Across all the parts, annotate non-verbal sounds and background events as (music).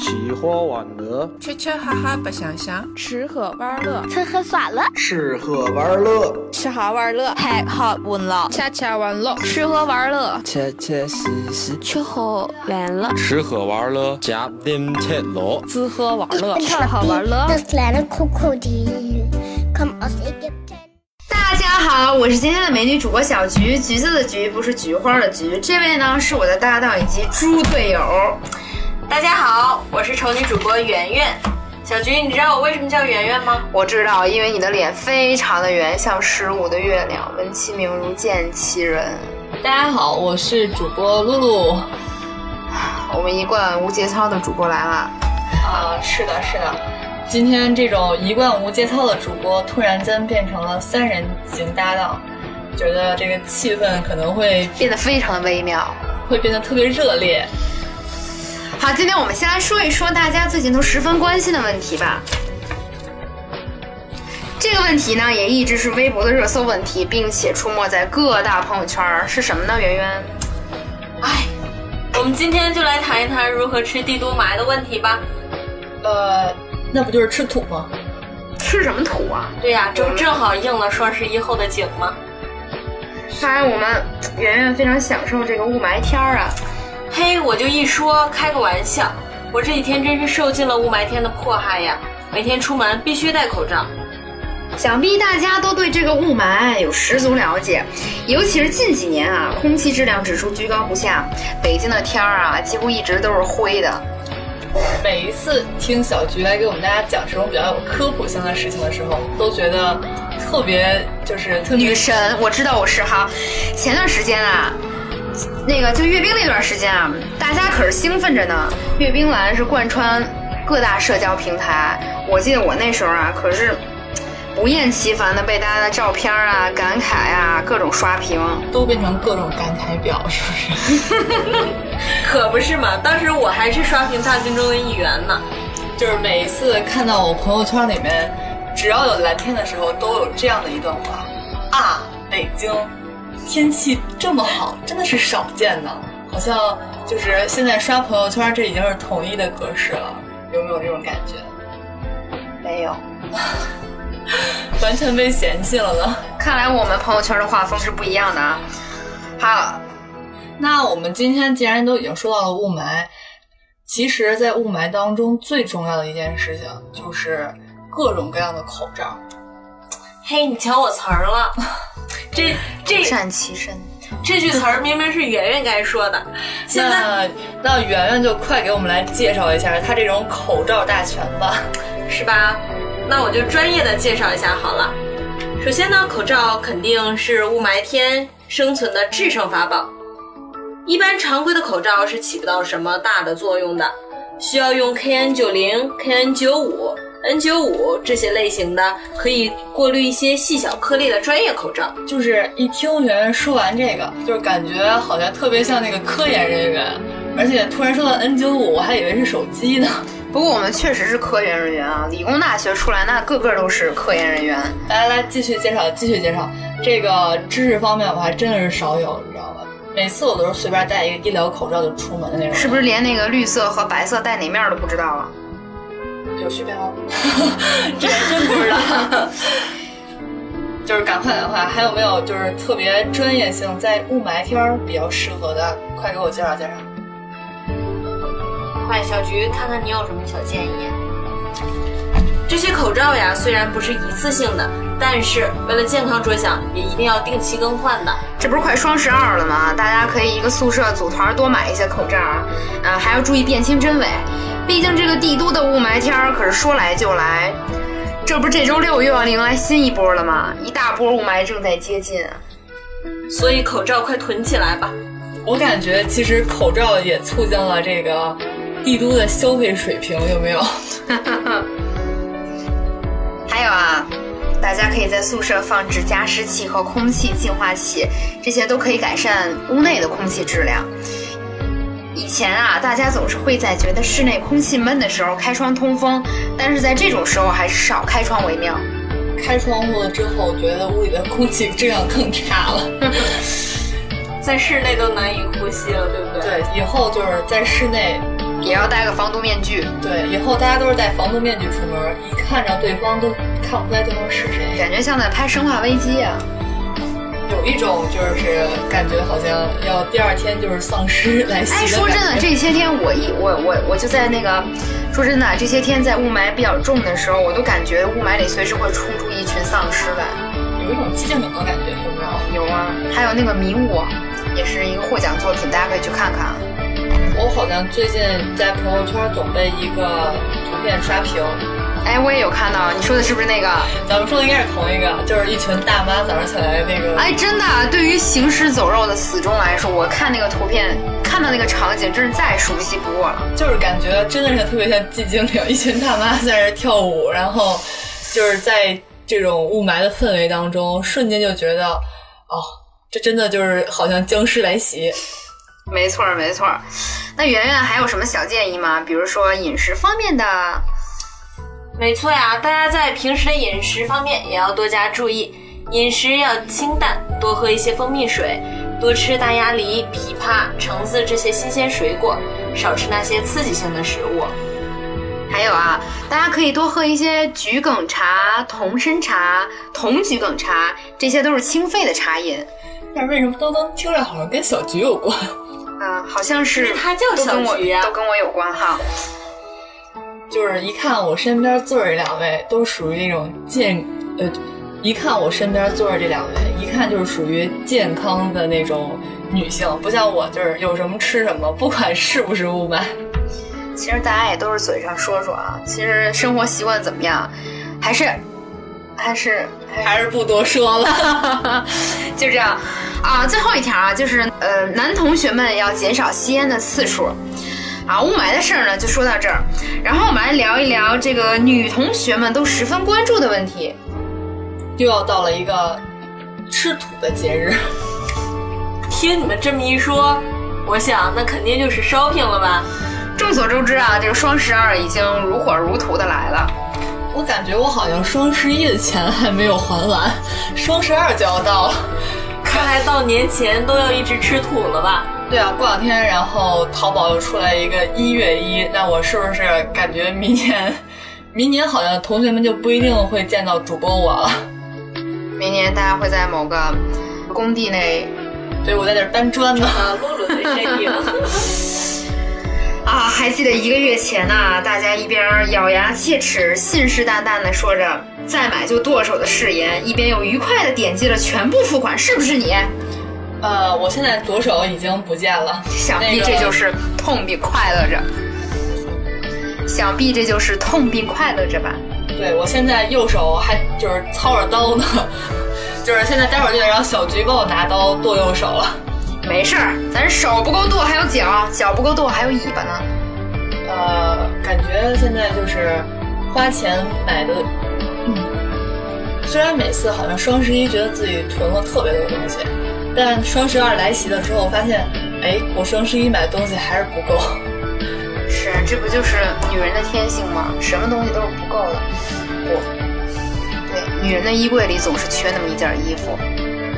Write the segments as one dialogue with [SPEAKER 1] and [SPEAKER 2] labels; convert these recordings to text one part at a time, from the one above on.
[SPEAKER 1] 吃喝玩乐，
[SPEAKER 2] 吃吃喝喝不想想，
[SPEAKER 3] 吃喝玩乐，
[SPEAKER 4] 吃喝耍乐，
[SPEAKER 1] 吃喝玩乐，
[SPEAKER 3] 吃喝玩乐，
[SPEAKER 5] 吃喝玩乐，
[SPEAKER 3] 吃吃玩乐，
[SPEAKER 5] 吃喝玩乐，
[SPEAKER 1] 吃吃洗洗，
[SPEAKER 5] 吃喝玩乐，
[SPEAKER 6] 吃喝玩乐，
[SPEAKER 1] 加点铁路，
[SPEAKER 3] 吃喝玩乐，
[SPEAKER 5] 吃喝玩乐。
[SPEAKER 4] Das kleine Krokodil kommt aus Ägypten.
[SPEAKER 7] 大家好，我是今天的美女主播小菊，橘子的橘不是菊花的菊。这位呢是我的搭档以及猪队友。
[SPEAKER 8] 大家好，我是丑女主播圆圆。小菊，你知道我为什么叫圆圆吗？
[SPEAKER 7] 我知道，因为你的脸非常的圆，像十五的月亮，闻其名如见其人。
[SPEAKER 9] 大家好，我是主播露露。
[SPEAKER 7] 我们一贯无节操的主播来了。
[SPEAKER 9] 啊，是的，是的。今天这种一贯无节操的主播，突然间变成了三人行搭档，觉得这个气氛可能会
[SPEAKER 7] 变得非常的微妙。
[SPEAKER 9] 会变得特别热烈。
[SPEAKER 7] 好，今天我们先来说一说大家最近都十分关心的问题吧。这个问题呢，也一直是微博的热搜问题，并且出没在各大朋友圈儿，是什么呢？圆圆，
[SPEAKER 8] 哎，我们今天就来谈一谈如何吃地都麻的问题吧。
[SPEAKER 9] 呃，那不就是吃土吗？
[SPEAKER 7] 吃什么土啊？
[SPEAKER 8] 对呀、这不正好应了双十一后的景吗？
[SPEAKER 7] 看来我们圆圆非常享受这个雾霾天儿啊。
[SPEAKER 8] 嘿，我就一说，开个玩笑。我这几天真是受尽了雾霾天的迫害呀，每天出门必须戴口罩。
[SPEAKER 7] 想必大家都对这个雾霾有十足了解，尤其是近几年啊，空气质量指数居高不下，北京的天儿啊，几乎一直都是灰的。
[SPEAKER 9] 每一次听小菊来给我们大家讲这种比较有科普性的事情的时候，都觉得特别就是特别
[SPEAKER 7] 女神，我知道我是哈。前段时间啊，那个就阅兵那段时间啊，大家可是兴奋着呢。阅兵栏是贯穿各大社交平台，我记得我那时候啊，可是不厌其烦的被大家的照片啊、感慨啊各种刷屏。
[SPEAKER 9] 都变成各种感慨表，是不是？
[SPEAKER 8] 可不是嘛，当时我还是刷屏大军中的一员呢。
[SPEAKER 9] 就是每一次看到我朋友圈里面，只要有蓝天的时候，都有这样的一段话啊：北京天气这么好，真的是少见呢。好像就是现在刷朋友圈，这已经是统一的格式了，有没有这种感觉？
[SPEAKER 7] 没有，
[SPEAKER 9] 完全被嫌弃了呢。
[SPEAKER 7] 看来我们朋友圈的画风是不一样的啊。好，
[SPEAKER 9] (laughs) 那我们今天既然都已经说到了雾霾，其实，在雾霾当中最重要的一件事情就是各种各样的口罩。
[SPEAKER 8] 嘿，你瞧我词儿了， (laughs) 这这
[SPEAKER 7] 站起身。
[SPEAKER 8] 这句词儿明明是圆圆该说的，现在
[SPEAKER 9] 那那圆圆就快给我们来介绍一下她这种口罩大全吧。
[SPEAKER 8] 是吧？那我就专业的介绍一下好了。首先呢，口罩肯定是雾霾天生存的制胜法宝。一般常规的口罩是起不到什么大的作用的，需要用 KN90、KN95、N95 这些类型的可以过滤一些细小颗粒的专业口罩。 (laughs)
[SPEAKER 9] 就是一听圆圆说完这个，就是感觉好像特别像那个科研人员，而且突然说到 N95，我还以为是手机呢。
[SPEAKER 7] 不过我们确实是科研人员啊，理工大学出来那个个都是科研人员。
[SPEAKER 9] 来来来，继续介绍，继续介绍。这个知识方面我还真的是少有，你知道吧？每次我都是随便戴一个医疗口罩就出门的那种。
[SPEAKER 7] 是不是连那个绿色和白色戴哪面儿都不知道啊？
[SPEAKER 9] 有区别吗？ (laughs) 这还真不知道。就是赶快赶快，还有没有就是特别专业性，在雾霾天儿比较适合的？快给我介绍介绍。
[SPEAKER 8] 快，哎小菊，看看你有什么小建议。这些口罩呀，虽然不是一次性的，但是为了健康着想，也一定要定期更换的。
[SPEAKER 7] 这不是快双十二了吗？大家可以一个宿舍组团多买一些口罩，呃，还要注意辨清真伪。毕竟这个帝都的雾霾天儿可是说来就来，这不是这周六又要迎来新一波了吗？一大波雾霾正在接近。啊
[SPEAKER 8] 所以口罩快囤起来吧。
[SPEAKER 9] 我感觉其实口罩也促进了这个帝都的消费水平，有没有？ (laughs)
[SPEAKER 7] 还有啊，大家可以在宿舍放置加湿器和空气净化器，这些都可以改善屋内的空气质量。以前啊，大家总是会在觉得室内空气闷的时候开窗通风，但是在这种时候还是少开窗为妙。
[SPEAKER 9] 开窗户了之后，觉得屋里的空气质量更差了。
[SPEAKER 8] 在室内都难以呼吸了，对不对？。
[SPEAKER 9] (laughs) 对，以后就是在室内，
[SPEAKER 7] 也要戴个防毒面具，
[SPEAKER 9] 对，以后大家都是戴防毒面具出门，一看着对方都看不出来对方是谁。
[SPEAKER 7] 感觉像在拍《生化危机》啊。
[SPEAKER 9] 有一种就是感觉好像要第二天就是丧尸来袭
[SPEAKER 7] 哎，
[SPEAKER 9] 的
[SPEAKER 7] 说真的，
[SPEAKER 9] 感觉
[SPEAKER 7] 这些天我一我我我就在那个，说真的，啊这些天在雾霾比较重的时候，我都感觉雾霾里随时会冲出一群丧尸来。
[SPEAKER 9] 有一种寂静岭的感觉，有没有？
[SPEAKER 7] 有啊，还有那个迷雾，也是一个获奖作品，大家可以去看啊看。
[SPEAKER 9] 我好像最近在朋友圈总被一个图片刷屏，
[SPEAKER 7] 哎，我也有看到，你说的是不是那个？
[SPEAKER 9] 咱们说的应该是同一个，就是一群大妈早上起来那个，
[SPEAKER 7] 哎，真的，对于行尸走肉的死忠来说，我看那个图片，看到那个场景，真是再熟悉不过了。
[SPEAKER 9] 就是感觉真的是特别像寂静岭，一群大妈在那儿跳舞，然后就是在这种雾霾的氛围当中，瞬间就觉得，哦，这真的就是好像僵尸来袭。
[SPEAKER 7] 没错儿，没错儿。那圆圆还有什么小建议吗？比如说饮食方面的，
[SPEAKER 8] 没错呀，大家在平时的饮食方面也要多加注意，饮食要清淡，多喝一些蜂蜜水，多吃大鸭梨、枇杷、橙子这些新鲜水果，少吃那些刺激性的食物。
[SPEAKER 7] 还有啊，大家可以多喝一些桔梗茶、同参茶、同桔梗茶，这些都是清肺的茶饮。
[SPEAKER 9] 但是为什么都能听着好像跟小菊有关？
[SPEAKER 7] 嗯，好像是
[SPEAKER 8] 那它叫
[SPEAKER 7] 都跟我
[SPEAKER 8] 小桔啊呀
[SPEAKER 7] 都跟我有关哈。
[SPEAKER 9] 就是一看我身边坐着这两位，都属于那种健，呃，一看我身边坐着这两位，一看就是属于健康的那种女性，不像我就是有什么吃什么，不管是不是雾霾。
[SPEAKER 7] 其实大家也都是嘴上说说啊，其实生活习惯怎么样，还是还是 (laughs)
[SPEAKER 9] 还是不多说了。
[SPEAKER 7] 就这样啊。最后一条啊，就是呃，男同学们要减少吸烟的次数。啊，雾霾的事儿呢，就说到这儿。然后我们来聊一聊这个女同学们都十分关注的问题。
[SPEAKER 9] 又要到了一个吃土的节日，
[SPEAKER 8] 听你们这么一说，我想那肯定就是 shopping 了吧？
[SPEAKER 7] 众所周知啊，这个双十二已经如火如荼的来了。
[SPEAKER 9] 我感觉我好像双十一的钱还没有还完，双十二就要到了。
[SPEAKER 8] 看来到年前都要一直吃土了 (laughs) 吧？
[SPEAKER 9] 对啊，过两天然后淘宝又出来一个一月一，那我是不是感觉明年， (laughs) 明年好像同学们就不一定会见到主播我了？ (laughs)
[SPEAKER 7] 明年大家会在某个工地内
[SPEAKER 9] 对，我在这儿搬砖呢。
[SPEAKER 8] 啊，露露的身影。
[SPEAKER 7] 啊，还记得一个月前呐、大家一边咬牙切齿、信誓旦旦地说着“再买就剁手”的誓言，一边又愉快地点击了全部付款，是不是你？
[SPEAKER 9] (laughs) 呃，我现在左手已经不见了，
[SPEAKER 7] 想
[SPEAKER 9] 那
[SPEAKER 7] 必
[SPEAKER 9] 个
[SPEAKER 7] 这就是痛并快乐着。想必这就是痛并快乐着吧？
[SPEAKER 9] 对我现在右手还就是操着刀呢， (laughs) 就是现在待会儿就得让小菊帮我拿刀剁右手了。
[SPEAKER 7] 没事儿，咱手不够剁，还有脚；脚不够剁，还有尾巴呢。
[SPEAKER 9] 呃，感觉现在就是花钱买的，嗯，虽然每次好像双十一觉得自己囤了特别多东西，但双十二来袭了之后，发现，哎，我双十一买的东西还是不够。 (laughs)
[SPEAKER 7] 是，啊这不就是女人的天性吗？什么东西都是不够的。我，对，女人的衣柜里总是缺那么一件衣服。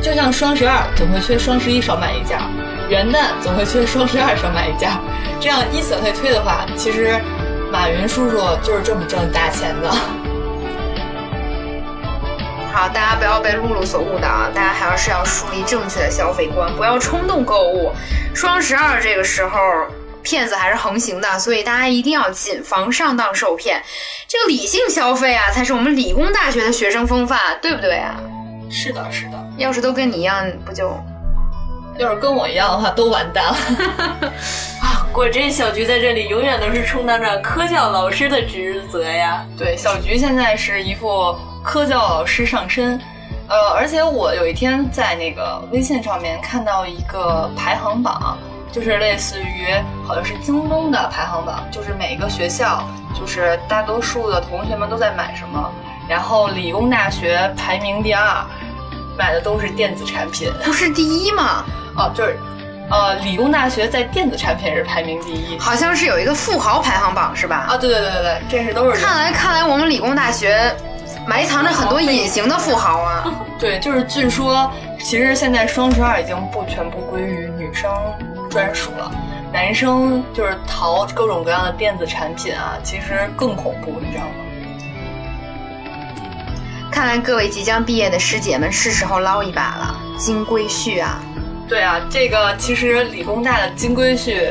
[SPEAKER 9] 就像双十二总会缺双十一少买一件儿，元旦总会缺双十二少买一件儿，这样以此类推的话，其实马云叔叔就是这么挣大钱的。
[SPEAKER 7] 好，大家不要被露露所误导啊！大家还是要树立正确的消费观，不要冲动购物。双十二这个时候，骗子还是横行的，所以大家一定要谨防上当受骗。这个理性消费啊，才是我们理工大学的学生风范，对不对啊？
[SPEAKER 9] (laughs) 是的，是的，
[SPEAKER 7] 要是都跟你一样，不就……
[SPEAKER 9] 要是跟我一样的话，都完蛋了。 (laughs)
[SPEAKER 8] 果真，小菊在这里永远都是充当着科教老师的职责呀。
[SPEAKER 9] 对，小菊现在是一副科教老师上身。呃，而且我有一天在那个微信上面看到一个排行榜，就是类似于好像是京东的排行榜，就是每个学校，就是大多数的同学们都在买什么，然后理工大学排名第二，买的都是电子产品。
[SPEAKER 7] 不是第一吗？
[SPEAKER 9] 哦，就是，呃，理工大学在电子产品是排名第一。
[SPEAKER 7] 好像是有一个富豪排行榜，是吧？
[SPEAKER 9] 啊，对对对对对，这是都是
[SPEAKER 7] 看来，看来我们理工大学埋藏着很多隐形的富豪啊！
[SPEAKER 9] 对，就是据说其实现在双十二已经不全部归于女生专属了，男生就是淘各种各样的电子产品啊，其实更恐怖，你知道吗？
[SPEAKER 7] 看来各位即将毕业的师姐们是时候捞一把了，金龟婿啊！
[SPEAKER 9] 对啊，这个其实理工大的金龟婿，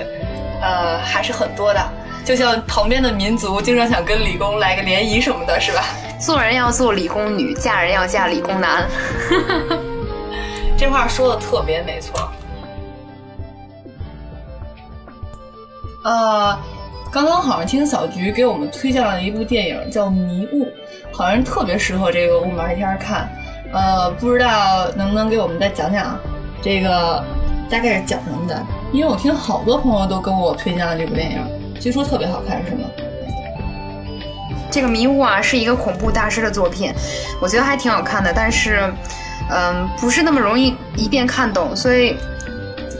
[SPEAKER 9] 呃，还是很多的。就像旁边的民族经常想跟理工来个联谊什么的，是吧？
[SPEAKER 7] 做人要做理工女，嫁人要嫁理工男。
[SPEAKER 9] 这话说的特别没错。呃，刚刚好像听小菊给我们推荐了一部电影叫《迷雾》，好像特别适合这个雾霾天看。呃，不知道能不能给我们再讲讲这个大概是讲什么的？因为我听好多朋友都跟我推荐了这部电影，据说特别好看，是吗？
[SPEAKER 7] 这个《迷雾》啊，是一个恐怖大师的作品，我觉得还挺好看的，但是，嗯，不是那么容易一遍看懂，所以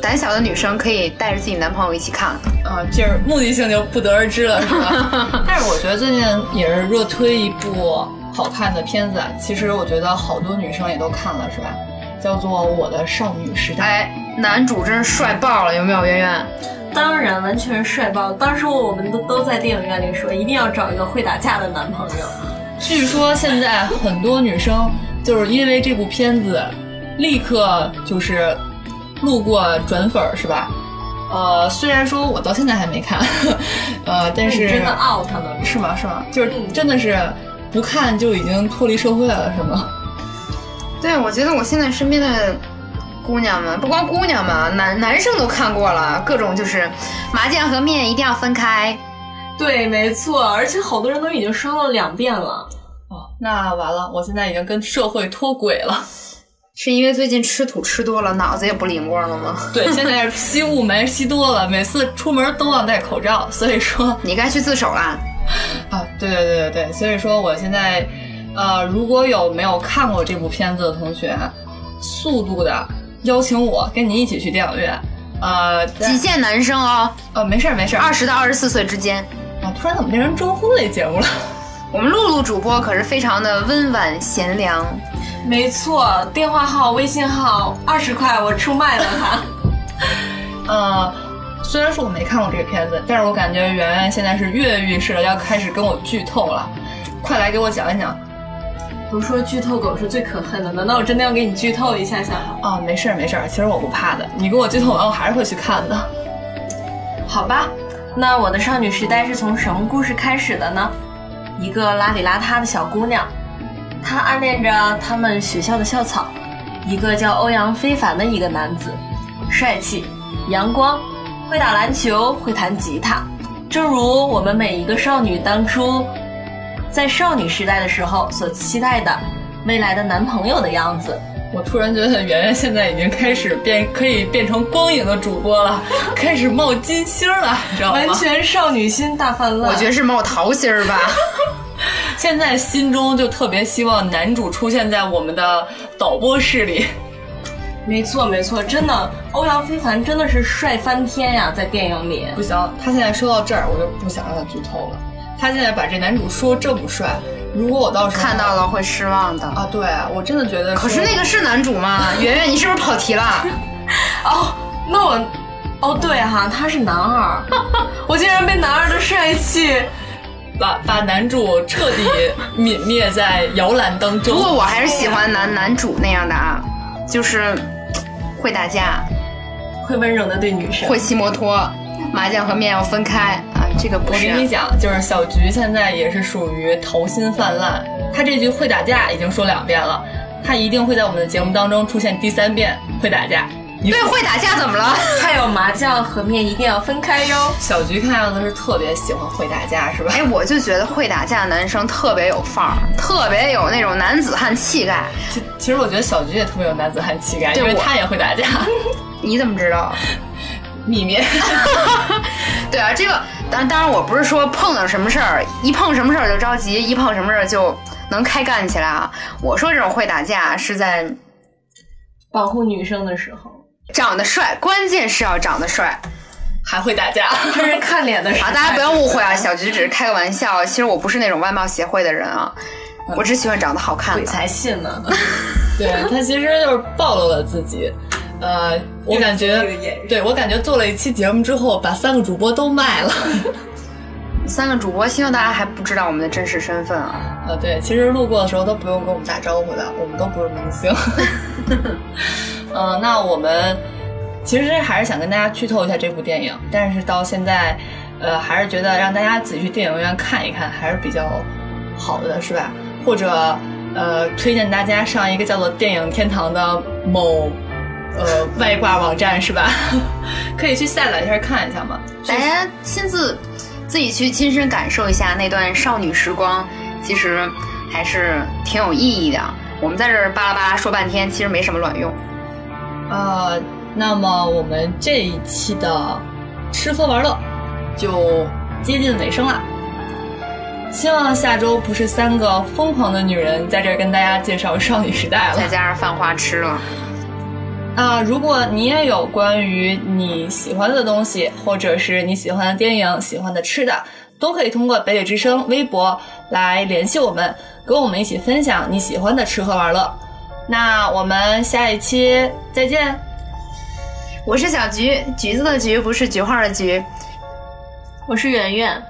[SPEAKER 7] 胆小的女生可以带着自己男朋友一起看。
[SPEAKER 9] 啊，就是目的性就不得而知了，是
[SPEAKER 8] (laughs)
[SPEAKER 9] 吧？但是我觉得最近也是热推一部好看的片子，啊其实我觉得好多女生也都看了，是吧？叫做《我的少女时代
[SPEAKER 7] 哎，男主真是帅爆了，有没有圆圆？
[SPEAKER 8] 当然，完全是帅爆！当时我们都都在电影院里说，一定要找一个会打架的男朋友。》。
[SPEAKER 9] 据说现在很多女生就是因为这部片子，立刻就是路过转粉儿，是吧？呃，虽然说我到现在还没看， (laughs) 呃，但是
[SPEAKER 8] 你真的啊 out 了。
[SPEAKER 9] 是吗？是吗？就是
[SPEAKER 8] 嗯
[SPEAKER 9] 真的是不看就已经脱离社会了，是吗？
[SPEAKER 7] 对，我觉得我现在身边的姑娘们，不光姑娘们啊，男男生都看过了，各种就是麻酱和面一定要分开。
[SPEAKER 8] 对，没错，而且好多人都已经刷了两遍了。
[SPEAKER 9] 哦，那完了，我现在已经跟社会脱轨了。
[SPEAKER 7] 是因为最近吃土吃多了，脑子也不灵光了吗？
[SPEAKER 9] 对，现在是吸雾霾吸多了，每次出门都要戴口罩，所以说
[SPEAKER 7] 你该去自首啦。
[SPEAKER 9] 啊，对对对对对，所以说我现在，呃，如果有没有看过这部片子的同学，速度的邀请我跟你一起去电影院。呃，在
[SPEAKER 7] 极限男生哦，
[SPEAKER 9] 呃，没事儿没事儿。
[SPEAKER 7] 二十到二十四岁之间。
[SPEAKER 9] 啊，突然怎么变成征婚类节目了？
[SPEAKER 7] 我们露露主播可是非常的温婉贤良，
[SPEAKER 8] 没错，电话号、微信号，二十块我出卖了他。
[SPEAKER 9] 呃，虽然说我没看过这个片子，但是我感觉圆圆现在是跃跃欲试了，要开始跟我剧透了，快来给我讲一讲。
[SPEAKER 8] 不说剧透狗是最可恨的，难道我真的要给你剧透一下下吗？
[SPEAKER 9] 哦，没事儿没事儿，其实我不怕的。你给我剧透完，我还是会去看的。 (laughs)
[SPEAKER 8] 好吧，那我的少女时代是从什么故事开始的呢？一个邋里邋遢的小姑娘，她暗恋着他们学校的校草，一个叫欧阳非凡的一个男子，帅气、阳光，会打篮球，会弹吉他。正如我们每一个少女当初在少女时代的时候所期待的未来的男朋友的样子。
[SPEAKER 9] 我突然觉得圆圆现在已经开始变，可以变成光影的主播了， (laughs) 开始冒金星了，你知道吗？
[SPEAKER 8] 完全少女心大泛滥。
[SPEAKER 7] 我觉得是冒桃心儿吧。
[SPEAKER 9] 现在心中就特别希望男主出现在我们的导播室里。 (laughs)
[SPEAKER 8] 没错没错，真的，欧阳非凡真的是帅翻天呀，在电影里。
[SPEAKER 9] 不行，他现在说到这儿，我就不想让他剧透了。他现在把这男主说这么帅，如果我到时候
[SPEAKER 7] 看到了会失望的。
[SPEAKER 9] 啊，对我真的觉得说，
[SPEAKER 7] 可是那个是男主吗？圆圆，你是不是跑题了？
[SPEAKER 8] 哦，那我，哦对哈、他是男二，我竟然被男二的帅气。
[SPEAKER 9] 把把男主彻底泯灭在摇篮当中。
[SPEAKER 7] 不过我还是喜欢男男主那样的啊，就是会打架，
[SPEAKER 8] 会温柔的对女生，
[SPEAKER 7] 会骑摩托，麻将和面要分开啊，这个不
[SPEAKER 9] 我
[SPEAKER 7] 是
[SPEAKER 9] 跟你讲，就是小菊现在也是属于桃心泛滥。她这句会打架已经说两遍了，她一定会在我们的节目当中出现第三遍会打架。你
[SPEAKER 7] 对会打架怎么了？
[SPEAKER 8] 还有麻将和面一定要分开哟。
[SPEAKER 9] 小菊看样子是特别喜欢会打架，是吧？
[SPEAKER 7] 哎，我就觉得会打架的男生特别有范儿，特别有那种男子汉气概。
[SPEAKER 9] 其其实我觉得小菊也特别有男子汉气概，
[SPEAKER 7] 对
[SPEAKER 9] 因为
[SPEAKER 7] 我
[SPEAKER 9] 她也会打架。
[SPEAKER 7] 你怎么知道？
[SPEAKER 9] 秘密，
[SPEAKER 7] 对啊，这个当当然我不是说碰到什么事儿，一碰什么事儿就着急，一碰什么事儿就能开干起来啊。我说这种会打架是在
[SPEAKER 8] 保护女生的时候，
[SPEAKER 7] 长得帅，关键是要长得帅
[SPEAKER 9] 还会打架。
[SPEAKER 8] 这是看脸的时
[SPEAKER 7] 啊！
[SPEAKER 8] 候。
[SPEAKER 7] 大家不要误会啊，小菊只是开个玩笑，其实我不是那种外貌协会的人啊，我只喜欢长得好看
[SPEAKER 8] 鬼
[SPEAKER 7] 的。
[SPEAKER 8] 才信呢。
[SPEAKER 9] 对他其实就是暴露了自己。呃，我感觉
[SPEAKER 6] 这个也，是
[SPEAKER 9] 对我感觉做了一期节目之后，把三个主播都卖了。
[SPEAKER 7] 三个主播，希望大家还不知道我们的真实身份啊！
[SPEAKER 9] 啊，对，其实路过的时候都不用跟我们打招呼的，我们都不是明星。 (laughs) 嗯、那我们其实还是想跟大家剧透一下这部电影，但是到现在，呃，还是觉得让大家自己去电影院看一看还是比较好的，是吧？或者呃，推荐大家上一个叫做“电影天堂”的某呃外挂网站，是吧？ (laughs) 可以去下载一下看一下嘛。
[SPEAKER 7] 大家亲自自己去亲身感受一下那段少女时光，其实还是挺有意义的。我们在这儿巴拉巴拉说半天，其实没什么卵用。
[SPEAKER 9] 呃，那么我们这一期的吃喝玩乐就接近尾声了。希望下周不是三个疯狂的女人在这儿跟大家介绍少女时代
[SPEAKER 7] (laughs)
[SPEAKER 9] 了
[SPEAKER 7] 再。加上犯花痴了， (laughs)
[SPEAKER 9] 那、如果你也有关于你喜欢的东西，或者是你喜欢的电影、喜欢的吃的，都可以通过北美之声微博来联系我们，跟我们一起分享你喜欢的吃喝玩乐。那我们下一期再见。
[SPEAKER 7] 我是小菊，橘子的橘，不是菊花的菊。
[SPEAKER 6] 我是圆圆，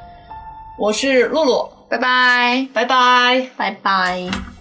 [SPEAKER 9] 我是露露，
[SPEAKER 7] 拜拜。
[SPEAKER 9] 拜拜。
[SPEAKER 6] 拜拜。